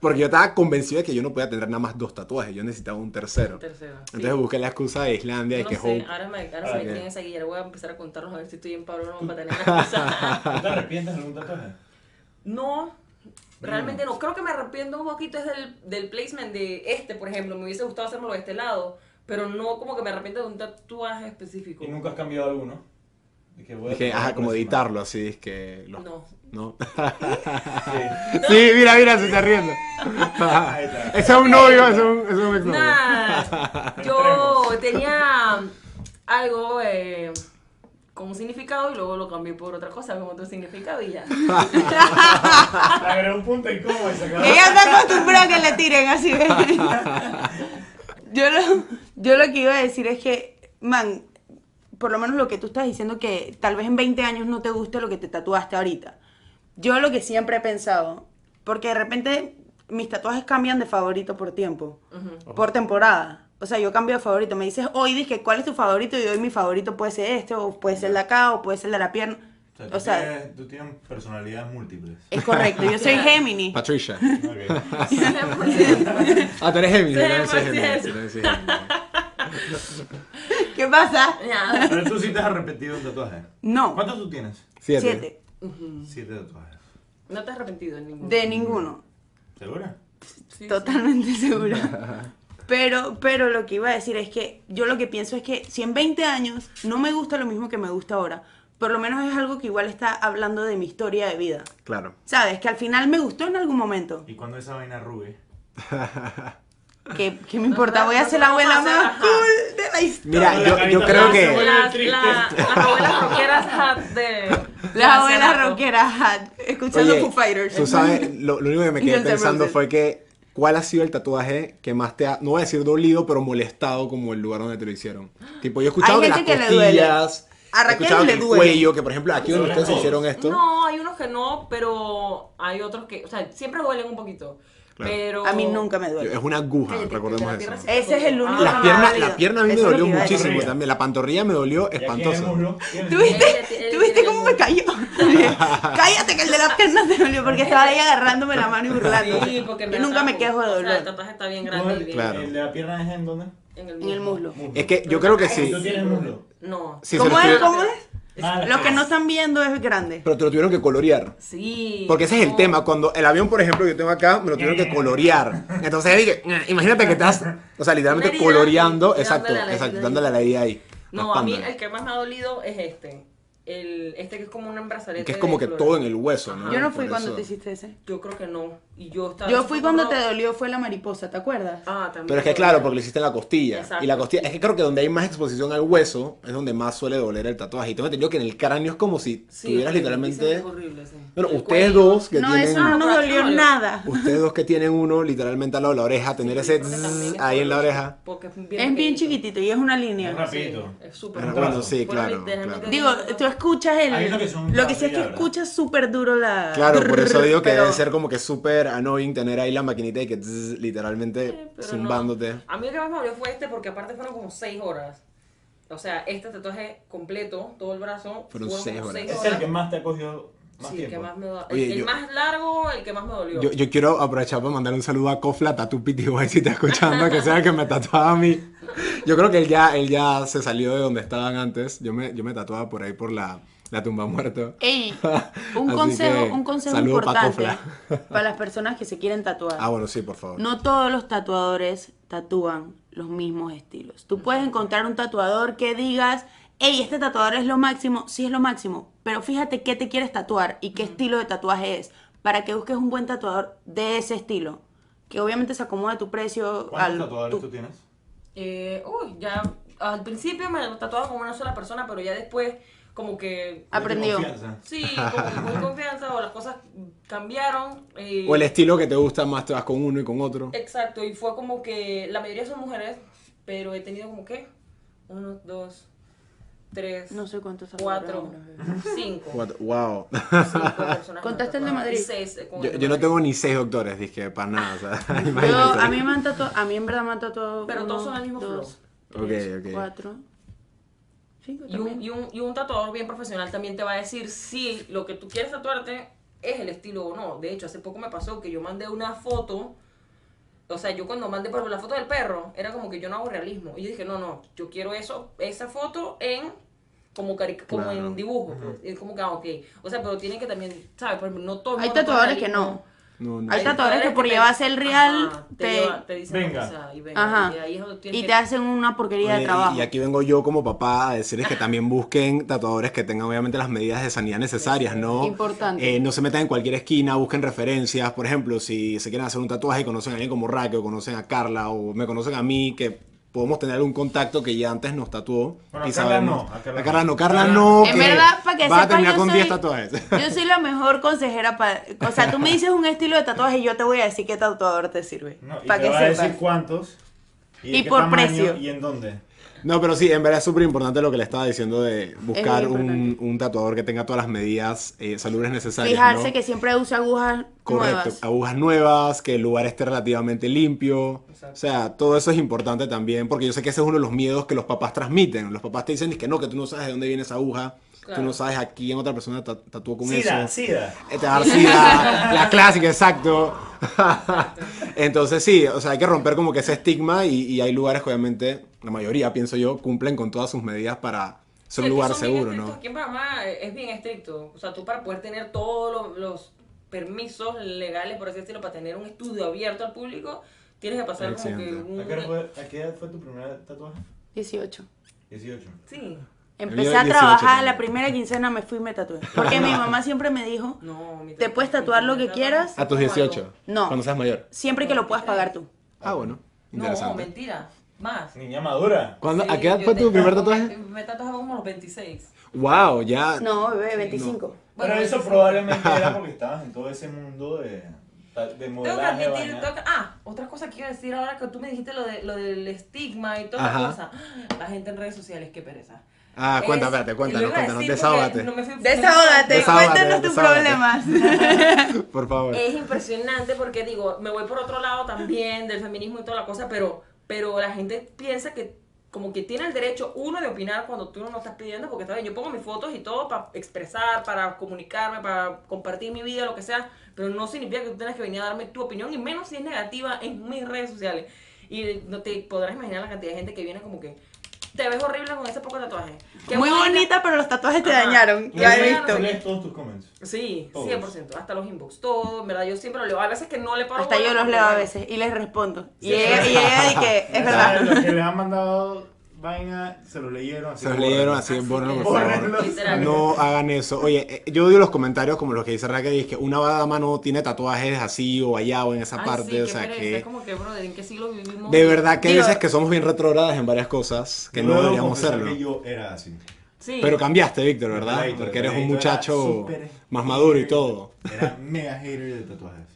Speaker 2: Porque yo estaba convencido de que yo no podía tener nada más dos tatuajes, yo necesitaba un tercero.
Speaker 4: Tercero, sí.
Speaker 2: Entonces busqué la excusa de Islandia y
Speaker 4: No
Speaker 2: que
Speaker 4: sé,
Speaker 2: Hope.
Speaker 4: ahora me, ahora
Speaker 3: Ah,
Speaker 4: se me
Speaker 3: ok.
Speaker 4: tienen esa guía, voy a empezar a contarlos a ver si estoy en Pablo o no para tener las cosas.
Speaker 3: ¿Tú te arrepientes de algún tatuaje?
Speaker 4: No, realmente no. Creo que me arrepiento un poquito es del, del placement de este, por ejemplo. Me hubiese gustado hacérmelo de este lado, pero no como que me arrepiento de un tatuaje específico.
Speaker 3: ¿Y nunca has cambiado alguno? Y que voy a
Speaker 2: Dije,
Speaker 3: tatuar
Speaker 2: ajá,
Speaker 3: por
Speaker 2: como
Speaker 3: encima.
Speaker 2: editarlo, así es que... los-
Speaker 4: No.
Speaker 2: No.
Speaker 3: Sí.
Speaker 2: Sí, mira, mira, se está riendo.
Speaker 3: Ahí está.
Speaker 2: Ese [laughs] es un novio, ese es un, ese es un exnovio.
Speaker 4: Nada, yo tenía algo eh, con un significado y luego lo cambié por otra cosa con otro significado y ya.
Speaker 3: [laughs] Agregó un punto y cómo y se acabó.
Speaker 1: Ella está acostumbrada a que le tiren así. ¿ves? [laughs] yo, lo, yo lo que iba a decir es que, man, por lo menos lo que tú estás diciendo que tal vez en 20 años no te guste lo que te tatuaste ahorita. Yo lo que siempre he pensado, porque de repente mis tatuajes cambian de favorito por tiempo, por temporada. O sea, yo cambio de favorito. Me dices hoy, dije, ¿cuál es tu favorito? Y hoy mi favorito puede ser este, o puede ser el de acá, o puede ser el de la pierna.
Speaker 3: tú
Speaker 1: O sea,
Speaker 3: tienes- tú tienes personalidades múltiples.
Speaker 1: es correcto. Yo [laughs] soy Gemini.
Speaker 3: [laughs]
Speaker 2: Patricia.
Speaker 3: Ok.
Speaker 2: Ah, tú eres Géminis. yo también soy Géminis,
Speaker 4: Sí, pues,
Speaker 2: yo también soy Géminis.
Speaker 1: ¿Qué pasa?
Speaker 4: Ya.
Speaker 3: Pero tú sí te has arrepentido de un tatuaje.
Speaker 1: No.
Speaker 3: ¿Cuántos tú tienes?
Speaker 2: Siete.
Speaker 1: Siete.
Speaker 3: Siete tatuajes.
Speaker 4: No te has arrepentido de ninguno.
Speaker 1: De ninguno.
Speaker 3: ¿Segura?
Speaker 4: Sí, sí. [laughs]
Speaker 1: Totalmente
Speaker 2: [laughs]
Speaker 1: segura. Pero, pero lo que iba a decir es que yo lo que pienso es que si en 20 años no me gusta lo mismo que me gusta ahora, por lo menos es algo que igual está hablando de mi historia de vida.
Speaker 2: Claro.
Speaker 1: ¿Sabes? Que al final me gustó en algún momento.
Speaker 3: ¿Y cuando esa vaina rubia?
Speaker 1: Que, que me importa, voy a
Speaker 4: Nos
Speaker 1: ser la
Speaker 4: vamos a
Speaker 1: abuela
Speaker 4: hacer,
Speaker 1: más
Speaker 4: ajá.
Speaker 1: cool de la historia.
Speaker 2: Mira, yo, yo creo que.
Speaker 4: Las,
Speaker 3: Triste.
Speaker 4: la- las abuelas rockeras hat de. de
Speaker 1: Las abuelas
Speaker 4: ancianato.
Speaker 1: rockeras, ajá, escuchando
Speaker 2: Oye,
Speaker 1: Foo Fighters. [laughs]
Speaker 2: tú sabes, lo, lo único que me quedé
Speaker 1: Guns N'
Speaker 2: pensando
Speaker 1: Roses.
Speaker 2: fue que. ¿Cuál ha sido el tatuaje que más te ha, no voy a decir dolido, pero molestado como el lugar donde te lo hicieron? Tipo, yo he escuchado
Speaker 1: Hay
Speaker 2: que las
Speaker 1: gente que le duele.
Speaker 2: costillas,
Speaker 1: A
Speaker 2: he
Speaker 1: Raquel
Speaker 2: escuchado que
Speaker 1: le
Speaker 2: el
Speaker 1: duele.
Speaker 2: cuello, que por ejemplo aquí donde ustedes
Speaker 3: Sobre
Speaker 2: hicieron
Speaker 3: todo.
Speaker 2: esto.
Speaker 4: No, hay unos que no, pero hay otros que. O sea, siempre duelen un poquito.
Speaker 2: Claro.
Speaker 4: Pero.
Speaker 1: A mí nunca me
Speaker 2: Es
Speaker 1: duele.
Speaker 2: una aguja,
Speaker 4: Cállate,
Speaker 2: recordemos
Speaker 4: la
Speaker 2: eso.
Speaker 4: tierra
Speaker 2: ¿no?
Speaker 4: se-
Speaker 1: Ese es el único.
Speaker 4: Ah,
Speaker 2: La
Speaker 1: que
Speaker 2: pierna,
Speaker 1: me ha
Speaker 2: la pierna a mí me
Speaker 1: dolido. Eso es lo
Speaker 2: dolió
Speaker 1: que iba a decir.
Speaker 2: muchísimo
Speaker 3: decir.
Speaker 2: también. La pantorrilla me dolió
Speaker 3: ¿Y aquí en el
Speaker 2: espantoso.
Speaker 3: muslo? ¿Tienes?
Speaker 1: ¿Tuviste? ¿Tuviste cómo me cayó?
Speaker 4: [laughs]
Speaker 1: Cállate que el de la pierna te dolió porque estaba ahí agarrándome la mano y burlando.
Speaker 4: Sí, porque en
Speaker 1: Yo
Speaker 4: verdad
Speaker 1: nunca me
Speaker 4: como-
Speaker 1: quejo de
Speaker 4: o sea, el
Speaker 1: dolor
Speaker 4: tatuaje está bien grande y bien
Speaker 2: Claro.
Speaker 3: ¿El de la pierna es en dónde?
Speaker 4: en el
Speaker 1: en
Speaker 4: muslo.
Speaker 1: el muslo.
Speaker 2: Es que yo creo que
Speaker 3: Sí.
Speaker 2: sí.
Speaker 3: ¿Tú tienes muslo?
Speaker 4: No.
Speaker 2: Sí,
Speaker 1: ¿Cómo
Speaker 2: se lo
Speaker 1: es?
Speaker 2: tuvieron-
Speaker 1: ¿Cómo es?
Speaker 3: Ah,
Speaker 1: Lo que no están viendo es grande.
Speaker 2: Pero te lo tuvieron que colorear.
Speaker 4: Sí.
Speaker 2: Porque ese es el
Speaker 4: no.
Speaker 2: tema. Cuando el avión, por ejemplo, que yo tengo acá, me lo tuvieron que colorear. Entonces dije, "Eh, imagínate que estás, o sea, literalmente
Speaker 4: Una herida,
Speaker 2: coloreando,
Speaker 4: dándole
Speaker 2: exacto,
Speaker 4: a la
Speaker 2: exacto,
Speaker 4: herida.
Speaker 2: dándole a la herida ahí.
Speaker 4: No, a mí
Speaker 2: raspándola.
Speaker 4: el que más me ha dolido es este. el, este que es como un brazalete.
Speaker 2: Que es
Speaker 4: de
Speaker 2: como que
Speaker 4: flores.
Speaker 2: todo en el hueso, ¿no?
Speaker 1: Yo no fui
Speaker 2: Ah, Por
Speaker 1: cuando
Speaker 2: eso.
Speaker 1: te hiciste ese.
Speaker 4: Yo creo que no. Y yo estaba.
Speaker 1: Yo fui cuando te dolió, fue la mariposa, ¿te acuerdas?
Speaker 4: Ah, también.
Speaker 2: Pero es que claro, porque lo hiciste en la costilla.
Speaker 4: Exacto.
Speaker 2: Y la costilla, es que creo que donde hay más exposición al hueso es donde más suele doler el tatuaje. Y tengo entendido que en el cráneo es como si tuvieras
Speaker 4: Sí, horrible, dicen
Speaker 2: literalmente...
Speaker 4: que es horrible, sí.
Speaker 2: Bueno,
Speaker 4: El
Speaker 2: ustedes
Speaker 4: cuello.
Speaker 2: dos que
Speaker 1: no,
Speaker 2: tienen...
Speaker 1: eso no nos
Speaker 4: Pero
Speaker 1: dolió
Speaker 4: no.
Speaker 1: nada.
Speaker 2: Ustedes dos que tienen uno literalmente al lado de la oreja, tener
Speaker 4: Sí,
Speaker 2: ese
Speaker 4: porque también es
Speaker 2: ahí en la
Speaker 4: horrible,
Speaker 2: oreja.
Speaker 4: Porque es bien,
Speaker 1: Es bien
Speaker 4: pequeñito.
Speaker 1: chiquitito y es una
Speaker 3: Es
Speaker 1: línea.
Speaker 3: rapidito.
Speaker 4: Sí, es súper
Speaker 2: Ah,
Speaker 4: rápido.
Speaker 2: bueno, sí,
Speaker 4: Fueron
Speaker 2: claro,
Speaker 4: literalmente
Speaker 2: claro.
Speaker 1: Digo, tú escuchas
Speaker 3: Hay
Speaker 1: el...
Speaker 3: unos que son
Speaker 1: Lo que sí es que
Speaker 3: rápidas, ¿verdad?
Speaker 1: escuchas súper duro la...
Speaker 2: Claro, por eso digo que
Speaker 1: pero-
Speaker 2: debe ser como que súper annoying tener ahí la maquinita y que zzz, literalmente
Speaker 4: Pero
Speaker 2: zumbándote.
Speaker 4: no. A mí el que más me dolió fue este porque aparte fueron como 6 horas. O sea, este tatuaje completo, todo el brazo,
Speaker 2: Fueron
Speaker 4: fueron
Speaker 2: seis
Speaker 4: como
Speaker 2: horas.
Speaker 4: seis
Speaker 3: Es el que más te ha cogido más
Speaker 4: sí, el que
Speaker 3: tiempo.
Speaker 4: más me dolió.
Speaker 2: Oye,
Speaker 4: el
Speaker 2: yo-
Speaker 4: más largo, el que más me dolió.
Speaker 2: Yo, yo quiero aprovechar para mandar un saludo a Cofla Tatu Pitiguay si está escuchando, que sea el que me tatuaba a mí. Yo creo que él ya, él ya se salió de donde estaban antes. Yo me, yo me tatuaba por ahí por la, la tumba muerta.
Speaker 1: Ey, un
Speaker 2: Así
Speaker 1: consejo,
Speaker 2: que,
Speaker 1: un consejo
Speaker 2: saludo pa'
Speaker 1: importante
Speaker 2: Cofla.
Speaker 1: [laughs] para las personas que se quieren tatuar.
Speaker 2: Ah, bueno, sí, por favor.
Speaker 1: No todos los tatuadores tatúan los mismos estilos. Tú puedes encontrar un tatuador que digas, hey, este tatuador es lo máximo, sí es lo máximo, pero fíjate qué te quieres tatuar y qué estilo de tatuaje es, para que busques un buen tatuador de ese estilo, que obviamente se acomode a tu precio.
Speaker 3: ¿Cuántos
Speaker 1: al-
Speaker 3: tatuadores
Speaker 1: tu-
Speaker 3: tú tienes?
Speaker 4: Eh, uy, ya al principio me tatuaba con una sola persona, pero ya después como que
Speaker 2: Ah.
Speaker 1: Aprendió.
Speaker 3: Confianza.
Speaker 4: sí, como que cogí confianza o las cosas cambiaron. eh,
Speaker 2: O el estilo que te gusta más, te vas con uno y con otro.
Speaker 4: Exacto, y fue como que la mayoría son mujeres, pero he tenido como que uno, dos, tres,
Speaker 1: No sé cuántos
Speaker 4: cuatro,
Speaker 1: tatuadores.
Speaker 4: cinco.
Speaker 2: What- Wow.
Speaker 4: cinco personas
Speaker 1: ¿Contaste
Speaker 4: que me
Speaker 1: el de Madrid?
Speaker 4: tatuaron, y seis, eh, con
Speaker 2: Yo,
Speaker 4: el de
Speaker 2: yo no
Speaker 4: Madrid.
Speaker 2: tengo ni seis doctores, dije, para nada. O
Speaker 1: [laughs]
Speaker 2: sea,
Speaker 1: Yo,
Speaker 2: imagínate.
Speaker 1: a mí me han tatuado, a mí en verdad me han tatuado.
Speaker 4: Pero
Speaker 1: uno,
Speaker 4: todos son el mismo
Speaker 1: dos,
Speaker 2: Ok, ok.
Speaker 1: cuatro, cinco.
Speaker 4: Y un,
Speaker 1: también.
Speaker 4: y, un, y un tatuador bien profesional también te va a decir si lo que tú quieres tatuarte es el estilo o no. De hecho, hace poco me pasó que yo mandé una foto. O sea, yo cuando mandé por ejemplo, la foto del perro, era como que yo no hago realismo. Y yo dije, no, no, yo quiero eso, esa foto en como, cari- como
Speaker 2: Claro.
Speaker 4: en dibujo. pues. Es como que, ah, ok. O sea, pero tienen que también, ¿sabes? Por ejemplo, no todo el
Speaker 1: Hay
Speaker 4: mundo tatúa
Speaker 1: tatuadores que
Speaker 4: realismo.
Speaker 1: no.
Speaker 2: No, no.
Speaker 1: Hay
Speaker 2: sé.
Speaker 1: tatuadores que por
Speaker 4: te-
Speaker 1: llevarse el real
Speaker 4: Ajá,
Speaker 1: te-
Speaker 4: lleva- te dicen,
Speaker 3: Venga.
Speaker 4: o sea, y venga.
Speaker 1: Ajá.
Speaker 4: Y ahí es donde tú tienes
Speaker 1: Y
Speaker 4: que-
Speaker 1: te hacen una porquería
Speaker 2: Oye,
Speaker 1: de
Speaker 2: y-
Speaker 1: trabajo.
Speaker 2: Y, aquí vengo yo como papá a decirles que también busquen tatuadores que tengan obviamente las medidas de sanidad necesarias, ¿no?
Speaker 1: Importante.
Speaker 2: Eh, no se metan en cualquier esquina, busquen referencias. Por ejemplo, si se quieren hacer un tatuaje y conocen a alguien como Raque o conocen a Carla o me conocen a mí, que podemos tener algún contacto que ya antes nos tatuó.
Speaker 3: Bueno,
Speaker 2: y
Speaker 3: a Carla
Speaker 2: sabemos.
Speaker 3: no, a Carla
Speaker 2: A Carla no,
Speaker 3: no.
Speaker 2: Carla no.
Speaker 1: En verdad, para que
Speaker 2: va a
Speaker 1: sepas,
Speaker 2: terminar
Speaker 1: yo
Speaker 2: con
Speaker 1: soy-
Speaker 2: 10 tatuajes.
Speaker 1: [laughs] Yo soy la mejor consejera para... O sea, tú me dices un estilo de tatuaje y yo te voy a decir qué tatuador te sirve.
Speaker 3: No, y
Speaker 1: para
Speaker 3: te
Speaker 1: que
Speaker 3: va
Speaker 1: sepas.
Speaker 3: a decir cuántos.
Speaker 1: Y
Speaker 3: de qué
Speaker 1: por
Speaker 3: tamaño
Speaker 1: precio.
Speaker 3: Y en dónde.
Speaker 2: No, pero sí, en verdad es súper importante lo que le estaba diciendo de buscar
Speaker 1: muy
Speaker 2: un,
Speaker 1: importante.
Speaker 2: un tatuador que tenga todas las medidas eh, salubres necesarias.
Speaker 1: Fijarse
Speaker 2: ¿no?
Speaker 1: que siempre use agujas
Speaker 2: Correcto,
Speaker 1: nuevas.
Speaker 2: agujas nuevas, que el lugar esté relativamente limpio.
Speaker 4: Exacto.
Speaker 2: O sea, todo eso es importante también, porque yo sé que ese es uno de los miedos que los papás transmiten. Los papás te dicen que no, que tú no sabes de dónde viene esa aguja,
Speaker 4: Claro.
Speaker 2: tú no sabes a quién otra persona ta- tatuó con
Speaker 3: Sida,
Speaker 2: eso.
Speaker 3: sida.
Speaker 2: Eh, Te va a dar sida, la clásica, exacto. [laughs] Entonces sí, o sea, hay que romper como que ese estigma y, y hay lugares que obviamente, la mayoría, pienso yo, cumplen con todas sus medidas para ser un
Speaker 4: Sí,
Speaker 2: lugar
Speaker 4: aquí son bien
Speaker 2: seguro,
Speaker 4: estrictos.
Speaker 2: ¿no?
Speaker 4: Aquí en Panamá es bien estricto. O sea, tú para poder tener todos los, los permisos legales, por así decirlo, para tener un estudio abierto al público, tienes que pasar como que
Speaker 2: Excelente.
Speaker 4: un...
Speaker 3: ¿A qué, edad fue, a qué edad fue tu primer tatuaje?
Speaker 1: 18.
Speaker 3: 18.
Speaker 4: Sí.
Speaker 1: Empecé
Speaker 2: mío
Speaker 1: a
Speaker 2: 18
Speaker 1: trabajar,
Speaker 2: también.
Speaker 1: la primera quincena me fui y me tatué. Porque mi mamá siempre me dijo,
Speaker 4: No, mi
Speaker 1: Te puedes tatuar lo que
Speaker 4: mi tatuaje
Speaker 1: quieras.
Speaker 4: se
Speaker 2: A tus
Speaker 4: llama
Speaker 2: 18,
Speaker 1: No.
Speaker 2: cuando seas mayor.
Speaker 1: siempre que lo puedas pagar tú.
Speaker 2: Ah, bueno,
Speaker 4: No,
Speaker 2: interesante.
Speaker 4: mentira. Más.
Speaker 3: Niña madura.
Speaker 2: ¿Cuándo-
Speaker 4: Sí,
Speaker 2: ¿A qué edad
Speaker 4: yo
Speaker 2: fue tu
Speaker 4: te-
Speaker 2: primer
Speaker 4: yo
Speaker 2: tatuaje?
Speaker 4: Me, me tatuaba como a los 26.
Speaker 2: Wow, ya.
Speaker 1: No, bebé, 25.
Speaker 3: Pero
Speaker 4: Bueno,
Speaker 3: eso
Speaker 4: sí.
Speaker 3: probablemente era porque estabas en todo ese mundo de, de
Speaker 4: Tengo que
Speaker 3: modelaje.
Speaker 4: admitir,
Speaker 3: vaina.
Speaker 4: tengo que- ah, otra cosa que iba a decir ahora que tú me dijiste lo, de, lo del estigma y toda
Speaker 2: Ajá.
Speaker 4: la cosa. [gasps] La gente en redes sociales, qué pereza.
Speaker 2: Ah,
Speaker 4: Es-
Speaker 2: cuéntame, espérate, cuéntanos,
Speaker 4: lo iba a
Speaker 2: cuéntanos,
Speaker 4: decir
Speaker 2: desahógate.
Speaker 4: porque no me fui-
Speaker 1: Desahógate,
Speaker 2: Desahógate,
Speaker 1: cuéntanos tus
Speaker 2: desahógate.
Speaker 1: problemas.
Speaker 2: [laughs] Por favor.
Speaker 1: pues.
Speaker 4: Es impresionante porque digo, me voy por otro lado también del feminismo y toda la cosa, pero, pero la gente piensa que como que tiene el derecho uno de opinar cuando tú no lo estás pidiendo, porque está bien, yo pongo mis fotos y todo para expresar, para comunicarme, para compartir mi vida, lo que sea, pero no significa que tú tengas que venir a darme tu opinión, y menos si es negativa en mis redes sociales. Y no te podrás imaginar la cantidad de gente que viene como que, te ves horrible con ese poco de tatuaje. Qué
Speaker 1: [laughs] Muy
Speaker 4: buena-
Speaker 1: bonita, pero los tatuajes te
Speaker 4: Ajá.
Speaker 1: dañaron.
Speaker 3: Tú
Speaker 1: Ya he
Speaker 3: lees-
Speaker 1: visto.
Speaker 3: tú lees todos tus comments.
Speaker 4: Sí,
Speaker 3: Todos.
Speaker 4: 100%, hasta los inbox, todo, en verdad, yo siempre lo leo, a veces que no le paro
Speaker 1: Hasta
Speaker 4: bola,
Speaker 1: yo los
Speaker 4: pero
Speaker 1: leo a
Speaker 4: bueno.
Speaker 1: veces y les respondo. Y
Speaker 3: Sí. [laughs]
Speaker 1: ella, y ella di que es
Speaker 3: ¿Sabes?
Speaker 1: verdad.
Speaker 3: Los que les han mandado vaina se los leyeron. así
Speaker 2: Se los
Speaker 3: que
Speaker 2: leyeron
Speaker 3: bórrenlo.
Speaker 2: así,
Speaker 4: Así
Speaker 2: bórrenlo,
Speaker 4: que-
Speaker 2: por
Speaker 3: Bórrenlo.
Speaker 2: favor.
Speaker 4: Literal.
Speaker 2: No hagan eso. Oye, eh, yo odio los comentarios como los que dice Raquel, y es que una dama no tiene tatuajes así o allá o en esa
Speaker 4: Ay,
Speaker 2: parte,
Speaker 4: sí,
Speaker 2: o
Speaker 4: qué
Speaker 2: sea
Speaker 4: pereza,
Speaker 2: que...
Speaker 4: Es como que, brother, ¿en qué siglo vivimos?
Speaker 2: De verdad que hay
Speaker 1: Digo-
Speaker 2: veces que somos bien retrógradas en varias cosas, que
Speaker 3: Yo
Speaker 2: no
Speaker 3: debo
Speaker 2: deberíamos
Speaker 3: confesar
Speaker 2: serlo.
Speaker 3: que yo era así.
Speaker 4: Sí.
Speaker 2: Pero cambiaste, Víctor,
Speaker 3: De
Speaker 2: ¿verdad?
Speaker 3: peladito, de
Speaker 2: Porque eres un
Speaker 3: peladito, era
Speaker 2: muchacho
Speaker 3: súper
Speaker 2: más maduro y
Speaker 3: hater.
Speaker 2: todo.
Speaker 3: Era mega hater de tatuajes.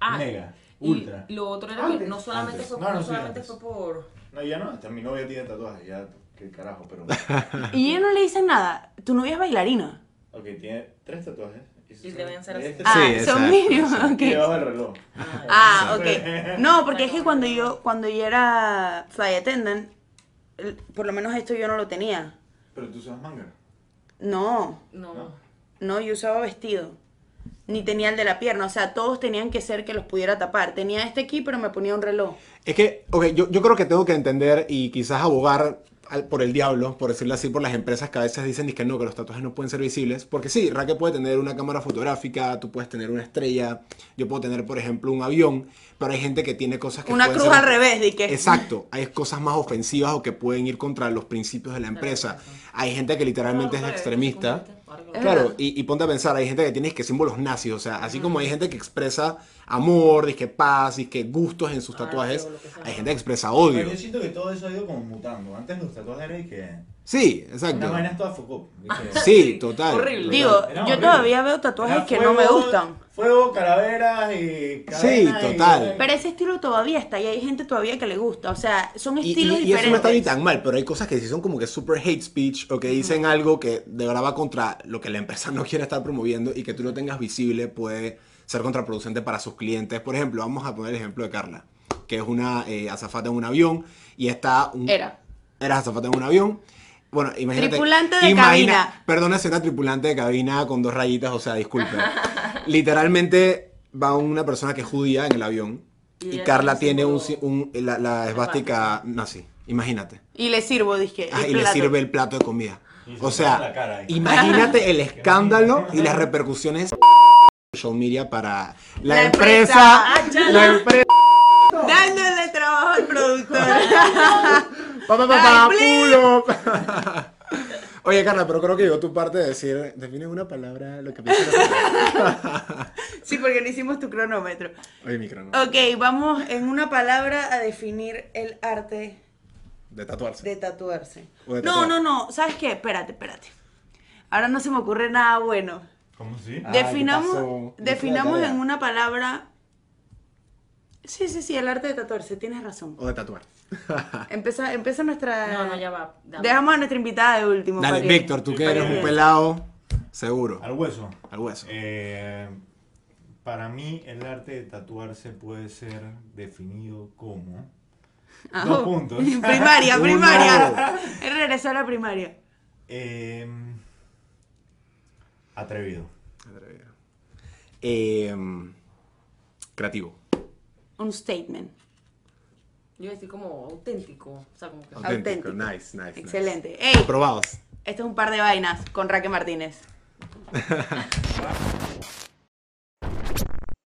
Speaker 4: Ah,
Speaker 3: mega,
Speaker 4: y
Speaker 3: ultra.
Speaker 4: Lo otro era que
Speaker 3: Antes.
Speaker 4: no solamente
Speaker 3: Antes.
Speaker 4: fue,
Speaker 3: No,
Speaker 4: no
Speaker 3: no, sí,
Speaker 4: solamente
Speaker 3: antes.
Speaker 4: fue por.
Speaker 3: No, ya no, hasta mi novia tiene tatuajes, ya, qué carajo,
Speaker 2: [laughs]
Speaker 3: pero...
Speaker 1: Y ella no le dice nada. Tu novia es bailarina.
Speaker 3: ok, tiene tres tatuajes.
Speaker 4: Y le van a hacer
Speaker 3: y
Speaker 4: así.
Speaker 3: este
Speaker 1: Ah,
Speaker 2: Sí,
Speaker 3: es-
Speaker 1: son
Speaker 2: exacto,
Speaker 1: míos.
Speaker 2: exacto.
Speaker 1: ok.
Speaker 3: y Llevaba el reloj.
Speaker 2: [laughs]
Speaker 1: Ah,
Speaker 3: Exacto.
Speaker 1: ok.
Speaker 3: [laughs]
Speaker 1: No, porque es que cuando yo, cuando yo era flight attendant, el- por lo menos esto yo no lo tenía.
Speaker 3: Pero tú usas manga.
Speaker 1: No,
Speaker 4: No.
Speaker 1: no, yo usaba vestido. Ni tenía el de la pierna. O sea, todos tenían que ser que los pudiera tapar. Tenía este aquí, pero me ponía un reloj.
Speaker 2: Es que, ok, yo, yo creo que tengo que entender y quizás abogar al- por el diablo, por decirlo así, por las empresas que a veces dicen que no, que los tatuajes no pueden ser visibles. Porque sí, Raquel puede tener una cámara fotográfica, tú puedes tener una estrella, yo puedo tener, por ejemplo, un avión, pero hay gente que tiene cosas que...
Speaker 1: Una
Speaker 2: pueden
Speaker 1: cruz
Speaker 2: ser-
Speaker 1: al revés, di que.
Speaker 2: Exacto, hay cosas más ofensivas o que pueden ir contra los principios de la empresa. Hay gente que literalmente es extremista.
Speaker 1: Es
Speaker 2: Claro,
Speaker 1: verdad.
Speaker 2: y, y ponte a pensar, hay gente que tiene que símbolos nazis, o sea, así como hay gente que expresa amor, que paz, que gustos en sus
Speaker 4: Ah,
Speaker 2: tatuajes,
Speaker 4: sí, o lo que sea.
Speaker 2: hay gente que expresa
Speaker 3: Pero
Speaker 2: odio.
Speaker 3: yo siento que todo eso ha ido como mutando. Antes los tatuajes eran y que...
Speaker 2: Sí,
Speaker 3: Una
Speaker 2: exacto.
Speaker 3: vaina es toda focop.
Speaker 4: [laughs]
Speaker 2: Sí, total.
Speaker 4: Horrible.
Speaker 2: total.
Speaker 1: Digo,
Speaker 3: Era
Speaker 1: Ah, yo
Speaker 3: horrible.
Speaker 1: todavía veo tatuajes que no me gustan.
Speaker 3: Fuego, calaveras y... cadenas y-
Speaker 2: total.
Speaker 1: Pero ese estilo todavía está y hay gente todavía que le gusta. O sea, son
Speaker 2: Y,
Speaker 1: estilos
Speaker 2: y- y eso no
Speaker 1: diferentes.
Speaker 2: está ni tan mal, pero hay cosas que sí son como que super hate speech o que dicen algo que de verdad va contra lo que la empresa [laughs] no quiere estar promoviendo y que tú lo tengas visible puede ser contraproducente para sus clientes. Por ejemplo, vamos a poner el ejemplo de Carla, que es una eh, azafata en un avión y está un,
Speaker 1: Era.
Speaker 2: Eras azafata en un avión. Bueno, imagínate.
Speaker 1: Tripulante de cabina.
Speaker 2: Perdona, si una tripulante de cabina con dos rayitas, o sea, disculpe.
Speaker 1: [laughs]
Speaker 2: Literalmente va una persona que es judía en el avión
Speaker 4: Y
Speaker 2: y,
Speaker 4: ella
Speaker 2: Carla
Speaker 4: tiene
Speaker 2: tiene
Speaker 4: un
Speaker 2: un, si- un- la, la esvástica
Speaker 4: Esvástica.
Speaker 2: nazi. Imagínate.
Speaker 1: Y le sirvo, dije.
Speaker 2: Ah,
Speaker 1: el
Speaker 2: y le
Speaker 1: plato.
Speaker 2: sirve el plato de comida.
Speaker 3: Y se
Speaker 2: O
Speaker 3: pone la cara
Speaker 2: sea,
Speaker 3: ahí. [laughs]
Speaker 2: imagínate el escándalo y las repercusiones social media para la,
Speaker 1: La
Speaker 2: empresa.
Speaker 1: empresa. Ah,
Speaker 2: La empresa.
Speaker 1: Dándole trabajo al productor. [laughs]
Speaker 2: Pa, pa, pa, pa,
Speaker 1: Ay,
Speaker 2: pulo. [laughs] Oye, Carla, pero creo que yo tu parte de decir, define una palabra lo que piensas.
Speaker 1: sí, porque no hicimos tu cronómetro.
Speaker 2: Oye, micro, ¿no?
Speaker 1: Ok, vamos en una palabra a definir el arte
Speaker 2: De tatuarse.
Speaker 1: de tatuarse.
Speaker 2: O de
Speaker 1: no,
Speaker 2: tatuar.
Speaker 1: no, no. ¿Sabes qué? Espérate, espérate. Ahora no se me ocurre nada bueno.
Speaker 3: ¿Cómo sí?
Speaker 2: Ah, ¿qué
Speaker 1: definamos
Speaker 2: pasó?
Speaker 1: definamos
Speaker 2: Dejé la
Speaker 1: en
Speaker 2: tarea.
Speaker 1: una palabra. Sí, sí, sí, el arte de tatuarse. Tienes razón.
Speaker 2: O de tatuar. Ah.
Speaker 1: Empieza, empieza nuestra.
Speaker 4: No, no, ya va. dame.
Speaker 1: Dejamos a nuestra invitada de último.
Speaker 2: Dale,
Speaker 1: para que-
Speaker 2: Víctor, tú que eres un pelado, seguro.
Speaker 3: Al hueso.
Speaker 2: Al hueso.
Speaker 3: Eh, para mí el arte de tatuarse puede ser definido como...
Speaker 1: Ah,
Speaker 3: Dos
Speaker 1: oh. [laughs]
Speaker 3: puntos. [laughs]
Speaker 1: primaria,
Speaker 2: Uno.
Speaker 1: primaria. Es regresar a primaria.
Speaker 3: eh, atrevido.
Speaker 2: Eh, creativo.
Speaker 1: Un statement.
Speaker 4: Yo iba a decir como auténtico. O sea, como que.
Speaker 2: Auténtico.
Speaker 1: Auténtico.
Speaker 2: Nice, nice. nice.
Speaker 1: Excelente. Ey,
Speaker 2: Aprobados.
Speaker 1: esto es un par de vainas con Raquel Martínez.